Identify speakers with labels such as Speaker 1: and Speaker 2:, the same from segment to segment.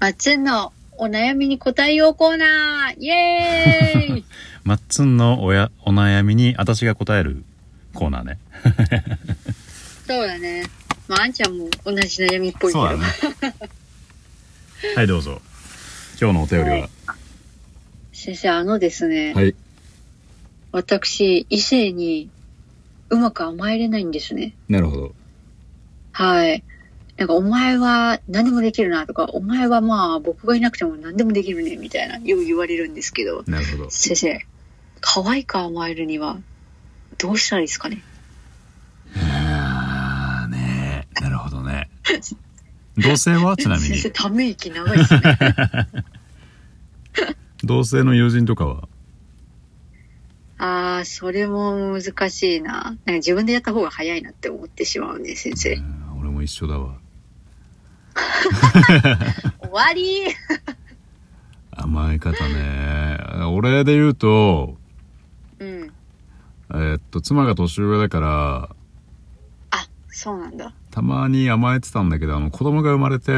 Speaker 1: まっつんのお悩みに答えようコーナーイエー イ
Speaker 2: マッツンのおやお悩みに私が答えるコーナーね
Speaker 1: そうだね。まあ、あんちゃんも同じ悩みっぽいけど。
Speaker 2: そうだね はいどうぞ今日のお便りは
Speaker 1: 先生、あのですね、
Speaker 2: はい
Speaker 1: 私、異性にうまく甘えれないんですね。
Speaker 2: なるほど
Speaker 1: はい。なんか、お前は何でもできるなとか、お前はまあ、僕がいなくても何でもできるね、みたいな、よく言われるんですけど、
Speaker 2: なるほど
Speaker 1: 先生、可愛く甘えるには、どうしたらいいですかね
Speaker 2: あーねなるほどね同性 はちなみ
Speaker 1: 先
Speaker 2: に
Speaker 1: 生、ため息長いですね。
Speaker 2: 同性の友人とかは
Speaker 1: ああ、それも難しいな。なんか自分でやった方が早いなって思ってしまうね、先生。
Speaker 2: うん俺も一緒だわ
Speaker 1: 終わり
Speaker 2: 甘え方ね俺で言うと
Speaker 1: うん。
Speaker 2: えーっと妻が年上だから
Speaker 1: あ、そうなんだ。
Speaker 2: たまに甘えてたんだけどあの子供が生まれて、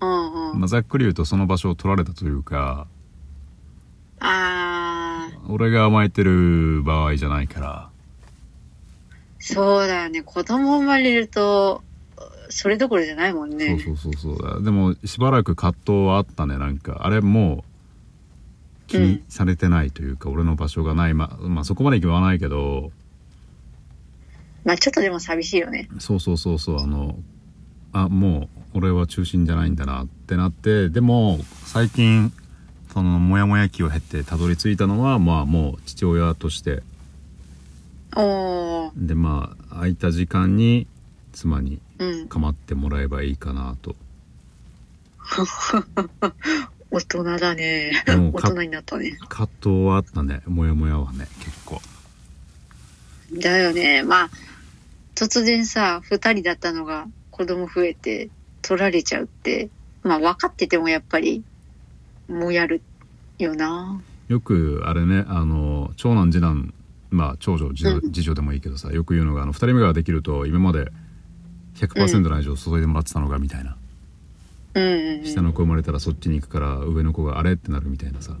Speaker 1: うんうん。
Speaker 2: まあ、ざっくり言うとその場所を取られたというか
Speaker 1: ああ、
Speaker 2: 俺が甘えてる場合じゃないから
Speaker 1: そうだよね。子供生まれると、それどころじゃないもん
Speaker 2: そ
Speaker 1: ね
Speaker 2: う。そうそうそうでもしばらく葛藤はあったねなんかあれもう気にされてないというか、俺の場所がないままあそこまで言わないけど
Speaker 1: まあちょっとでも寂しいよね。
Speaker 2: そうそうそうそうあのあもう俺は中心じゃないんだなってなってでも最近そのモヤモヤ期を経てたどり着いたのはまあもう父親として
Speaker 1: おー、
Speaker 2: でまあ空いた時間に妻に
Speaker 1: うん。
Speaker 2: 構ってもらえばいいかな と
Speaker 1: 大人だね。
Speaker 2: でも
Speaker 1: 大
Speaker 2: か
Speaker 1: 人になったね。
Speaker 2: 葛藤はあったねモヤモヤはね結構
Speaker 1: だよね。まあ、突然さ、二人だったのが子供増えて取られちゃうって、まあ分かっててもやっぱり、もうやるよな。
Speaker 2: よくあれねあの長男次男まあ長女次女
Speaker 1: うん
Speaker 2: 次女でもいいけどさよく言うのがあの2人目ができると今まで100%の愛情を注いでもらってたのがみたいな、
Speaker 1: うんうん
Speaker 2: 下の子生まれたらそっちに行くから上の子があれってなるみたいなさ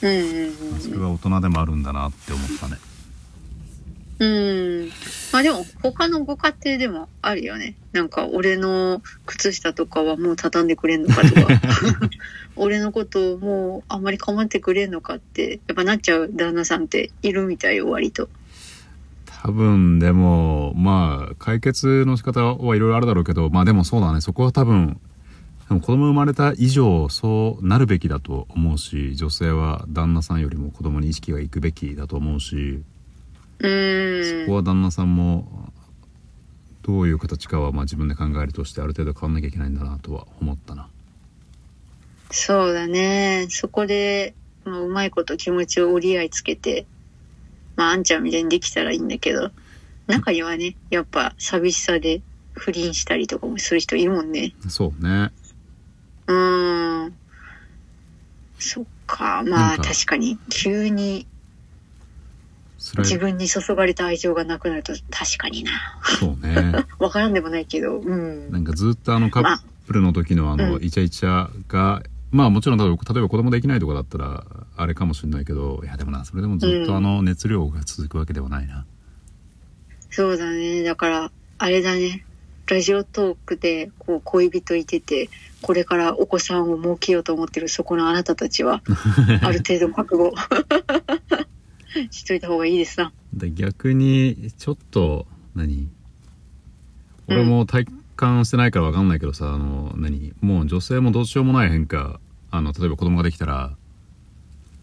Speaker 1: うん。うんうんうん。
Speaker 2: それは大人でもあるんだなって思ったね
Speaker 1: うん。まあでも、他のご家庭でもあるよね。なんか、俺の靴下とかはもう畳んでくれんのか とか、俺のことをもうあんまり構ってくれんのかって、やっぱなっちゃう旦那さんっているみたいよ、割と。
Speaker 2: 多分でもまあ解決の仕方はいろいろあるだろうけどまあでもそうだねそこは多分でも子供生まれた以上そうなるべきだと思うし女性は旦那さんよりも子供に意識がいくべきだと思うし
Speaker 1: う
Speaker 2: そ
Speaker 1: ー
Speaker 2: こ
Speaker 1: ん。
Speaker 2: は旦那さんもどういう形かはまあ自分で考えるとしてある程度変わんなきゃいけないんだなとは思ったな
Speaker 1: そうだね。そこで、まあ、うまいこと気持ちを折り合いつけて、まあ、あんちゃんみたいにできたらいいんだけど、中にはね、やっぱ寂しさで不倫したりとかもする人いるもんね。
Speaker 2: そうね
Speaker 1: うーん。そっか。ま
Speaker 2: なん
Speaker 1: あ
Speaker 2: か
Speaker 1: 確かに、急に
Speaker 2: 辛い
Speaker 1: 自分に注がれた愛情がなくなると確かにな。
Speaker 2: そうね
Speaker 1: わからんでもないけど、う。
Speaker 2: なんんかずっとあのカップルの時のあの
Speaker 1: うん
Speaker 2: イチャイチャが、まあもちろん例えば例えば子供できないとかだったらあれかもしれないけどいやでもなそれでもずっとあの熱量が続くわけではないな、
Speaker 1: そうだね。だから、あれだね。ラジオトークでこう恋人いてて、これからお子さんを設けようと思ってるそこのあなたたち は、ある程度覚悟 しといた方がいいですな。
Speaker 2: で逆にちょっと何
Speaker 1: うん
Speaker 2: 俺も体感してないから分かんないけどさ、あの何もう女性もどうしようもない変化あの例えば子供ができたら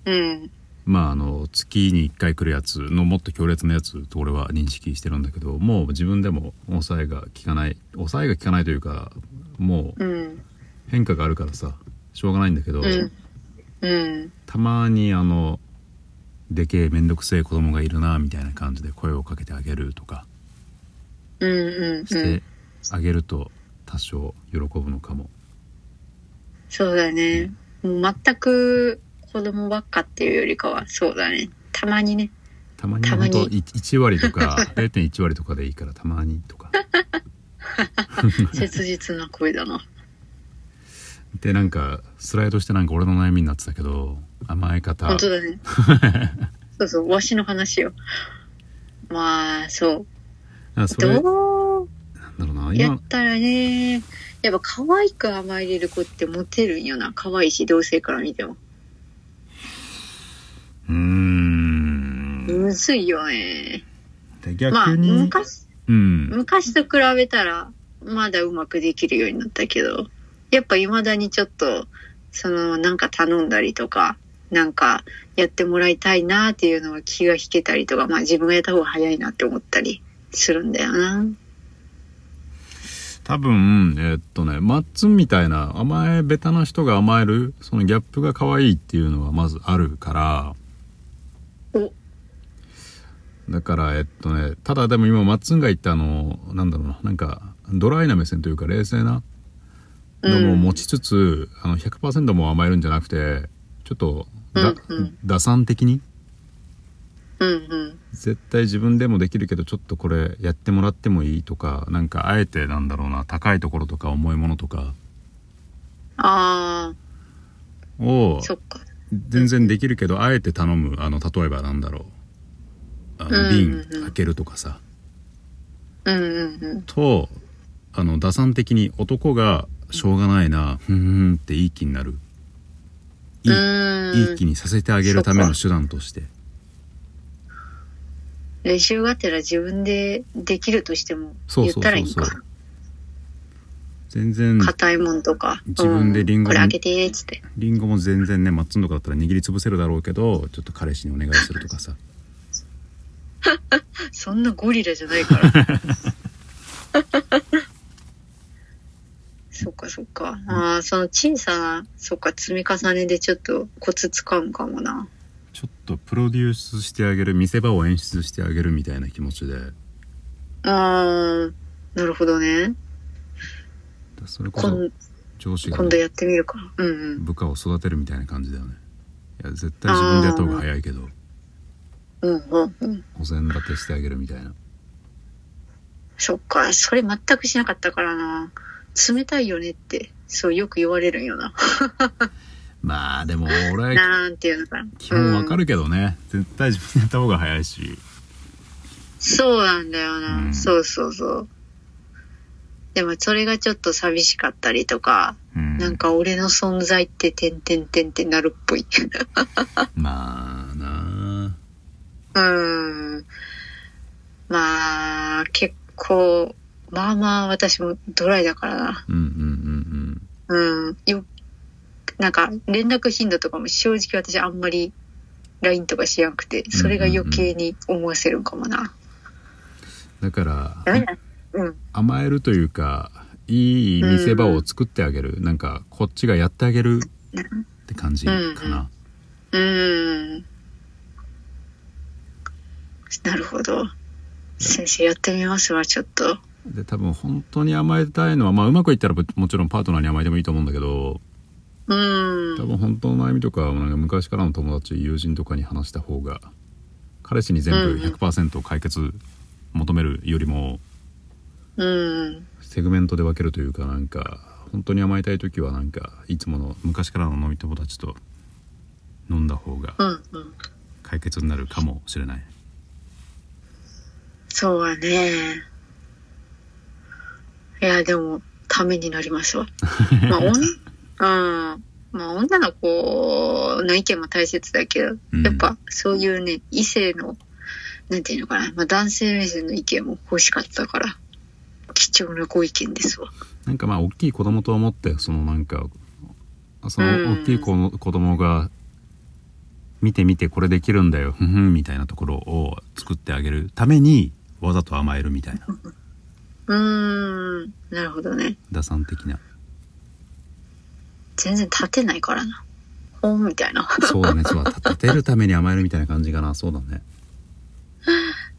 Speaker 1: うん。
Speaker 2: まああの月に1回来るやつのもっと強烈なやつと俺は認識してるんだけどもう自分でも抑えが効かない抑えが効かないというかもう
Speaker 1: うん。
Speaker 2: 変化があるからさしょうがないんだけど、
Speaker 1: うん。うん。
Speaker 2: たまにあのでけえめんどくせえ子供がいるなみたいな感じで声をかけてあげるとか
Speaker 1: うん。うん。
Speaker 2: し
Speaker 1: うん
Speaker 2: てあげると多少喜ぶのかも、
Speaker 1: そうだね。もう全く子供ばっかっていうよりかは、そうだね。たまに ね。
Speaker 2: たまに
Speaker 1: たま
Speaker 2: 本
Speaker 1: に
Speaker 2: 当1割 とか0.1割とかでいいからたまにとか
Speaker 1: 切実な声だな。
Speaker 2: でなんかスライドしてなんか俺の悩みになってたけど甘え方
Speaker 1: 本当だ ねそうそうわしの話よまあそう
Speaker 2: あそれなんだ
Speaker 1: どう
Speaker 2: ろうな
Speaker 1: や
Speaker 2: 今
Speaker 1: ったらねやっぱ可愛く甘えれる子ってモテるんよな可愛いし同性から見ても
Speaker 2: うーん
Speaker 1: むずいよね
Speaker 2: で
Speaker 1: まあ
Speaker 2: 逆に、
Speaker 1: 昔
Speaker 2: うん
Speaker 1: 昔と比べたらまだうまくできるようになったけどやっぱ未だにちょっとそのなんか頼んだりとかなんかやってもらいたいなっていうのは気が引けたりとかまあ自分がやった方が早いなって思ったりするんだよな
Speaker 2: 多分えっとねマッツンみたいな甘えベタな人が甘えるそのギャップが可愛いっていうのはまずあるから
Speaker 1: お
Speaker 2: だからえっとねただでも今マッツンが言ったあのなんだろうななんかドライな目線というか冷静なのも持ちつつ、あの100%もう甘えるんじゃなくてちょっとだ、
Speaker 1: うんうん
Speaker 2: 打算的に
Speaker 1: うんうん
Speaker 2: 絶対自分でもできるけどちょっとこれやってもらってもいいとかなんかあえてなんだろうな高いところとか重いものとか
Speaker 1: あ
Speaker 2: を
Speaker 1: あそっか
Speaker 2: 全然できるけどあえて頼むあの例えばなんだろうあの
Speaker 1: うん
Speaker 2: 瓶
Speaker 1: うんうん
Speaker 2: 開けるとかさ
Speaker 1: うんうんうん
Speaker 2: とあの打算的に男がしょうがないなふんふんっていい気になるいい,、
Speaker 1: うん
Speaker 2: いい気にさせてあげるための手段として
Speaker 1: 練習がてら自分でできるとしても
Speaker 2: そう
Speaker 1: 言っ
Speaker 2: そうそ
Speaker 1: た
Speaker 2: うそう
Speaker 1: らいいんか
Speaker 2: 全然
Speaker 1: 硬いもんとか
Speaker 2: 自分でリンゴ
Speaker 1: うんこれ開けてっつって
Speaker 2: リンゴも全然ねマッツンとかだったら握りつぶせるだろうけどちょっと彼氏にお願いするとかさ
Speaker 1: そんなゴリラじゃない から。そっかそっか。ああ、その小さな、そっか、積み重ねでちょっとコツつかむかもな。
Speaker 2: ちょっとプロデュースしてあげる見せ場を演出してあげるみたいな気持ちで
Speaker 1: ああ、なるほどね。
Speaker 2: それこ
Speaker 1: こ
Speaker 2: そ
Speaker 1: ん
Speaker 2: 上司が
Speaker 1: 今度やってみるか。うんうん。
Speaker 2: 部下を育てるみたいな感じだよねいや絶対自分でやった方が早いけど
Speaker 1: うんうんうん。
Speaker 2: お膳立てしてあげるみたいな
Speaker 1: そっか、それ全くしなかったからな。冷たいよねって、そうよく言われるんよな。
Speaker 2: まあでも俺は
Speaker 1: なんていうのかな。
Speaker 2: 基本わか
Speaker 1: る、
Speaker 2: るけどね、絶対自分でやった方が早いし
Speaker 1: そうなんだよな。
Speaker 2: うん
Speaker 1: そうそうそう。でもそれがちょっと寂しかったりとか、
Speaker 2: うん
Speaker 1: なんか俺の存在っててんてんてんってなるっぽい。
Speaker 2: まあな
Speaker 1: うーん。まあ、結構、まあまあ私もドライだからな。
Speaker 2: うんうんうん
Speaker 1: うん。よ、なんか連絡頻度とかも正直私あんまり LINE とかしやんくて、それが余計に思わせるんかもな。
Speaker 2: うんだから
Speaker 1: ダメだ。うん。
Speaker 2: 甘えるというかいい見せ場を作ってあげる、なんかこっちがやってあげるって感じかな、
Speaker 1: うーん。なるほど。先生やってみますわ、ちょっと。
Speaker 2: で多分本当に甘えたいのはまあうまくいったらもちろんパートナーに甘えてもいいと思うんだけど
Speaker 1: う
Speaker 2: 多
Speaker 1: ーん。
Speaker 2: 分本当の悩みとかはなんか昔からの友達友人とかに話した方が彼氏に全
Speaker 1: うん
Speaker 2: 部
Speaker 1: うん
Speaker 2: 100%解決求めるよりも
Speaker 1: うん。
Speaker 2: セグメントで分けるというかなんか本当に甘えたい時はなんかいつもの昔からの飲み友達と飲んだ方が
Speaker 1: うんうん。
Speaker 2: 解決になるかもしれない。
Speaker 1: そうはね。いや、でも、ためになりますわ。 まあ、女、うん。まあ、女の子の意見も大切だけど、
Speaker 2: うん
Speaker 1: やっぱ、そういうね、異性の、なんていうのかな、まあ、男性目線の意見も欲しかったから、貴重なご意見ですわ。
Speaker 2: なんかまあ大きい子供と思ってそのなんかその
Speaker 1: うん
Speaker 2: 大きい子の子供が見て見てこれできるんだよふんふんみたいなところを作ってあげるためにわざと甘えるみた いな
Speaker 1: うーん、なるほどね。
Speaker 2: 打算的な
Speaker 1: 全然立てないからな。ほんみたいな。
Speaker 2: そうだねそうだ立てるために甘えるみたいな感じかなそうだね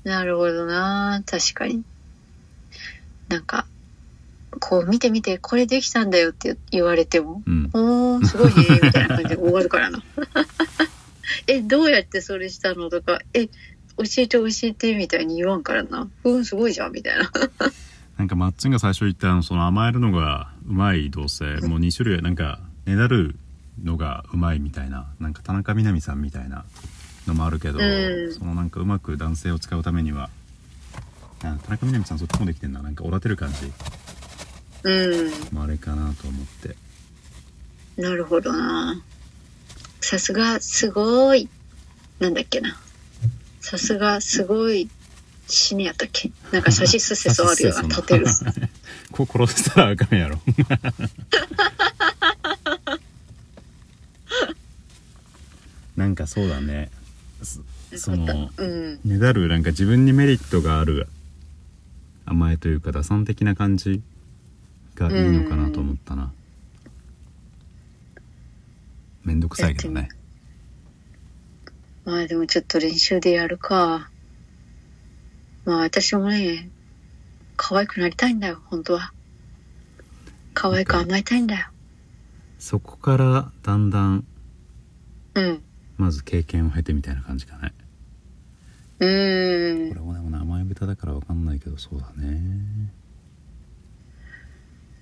Speaker 1: なるほどな確かになんかこう見て見てこれできたんだよって言われても
Speaker 2: うん
Speaker 1: 「おーすごいね」みたいな感じで終わるからな 「えどうやってそれしたの?」とか「え教えて教えて」みたいに言わんからな「うんすごいじゃん」みたいな
Speaker 2: なんかマッツンが最初言ったあのその甘えるのがうまい同棲もう2種類なんかねだるのがうまいみたいななんか田中みな実さんみたいなのもあるけど、
Speaker 1: うん
Speaker 2: そのなんかうまく男性を使うためにはあ田中みな実さんそっちもできてんななんかおらてる感じ
Speaker 1: うん
Speaker 2: もあれかなと思って
Speaker 1: なるほどなさすがすごいなんだっけなさすがすごい死ねやったっけなんか指しすせそうあるような立てる
Speaker 2: こう殺したらあか んやろなんかそうだねそその
Speaker 1: うん
Speaker 2: ねだるなんか自分にメリットがある甘えというか打算的な感じがいいのかなと思ったなめんどくさいけどね
Speaker 1: まあでもちょっと練習でやるかまあ私もね可愛くなりたいんだよ本当は可愛く甘えたいんだよ
Speaker 2: そこからだんだん
Speaker 1: うん
Speaker 2: まず経験を経てみたいな感じかね
Speaker 1: う
Speaker 2: こ
Speaker 1: ーん
Speaker 2: れもでもな甘え豚だからわかんないけどそうだね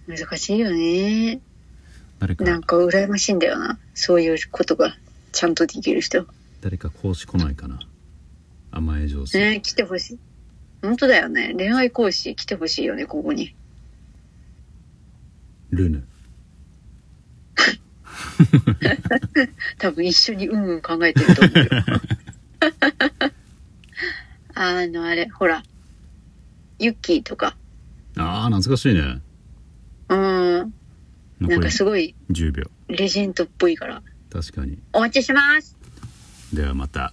Speaker 1: 難しいよね
Speaker 2: 誰か
Speaker 1: なんか羨ましいんだよなそういうことがちゃんとできる人
Speaker 2: 誰か講師来ないかな甘え上手、
Speaker 1: ね来てほしい本当だよね恋愛講師来てほしいよねここに
Speaker 2: ルヌ
Speaker 1: 多分一緒にうんうん考えてると思うよあのあれほらユッキーとか
Speaker 2: ああ懐かしいね
Speaker 1: うんな
Speaker 2: 残
Speaker 1: ん
Speaker 2: り
Speaker 1: かすごい
Speaker 2: 10秒
Speaker 1: レジェンドっぽいから
Speaker 2: 確かに
Speaker 1: お待ちしてます
Speaker 2: ではまた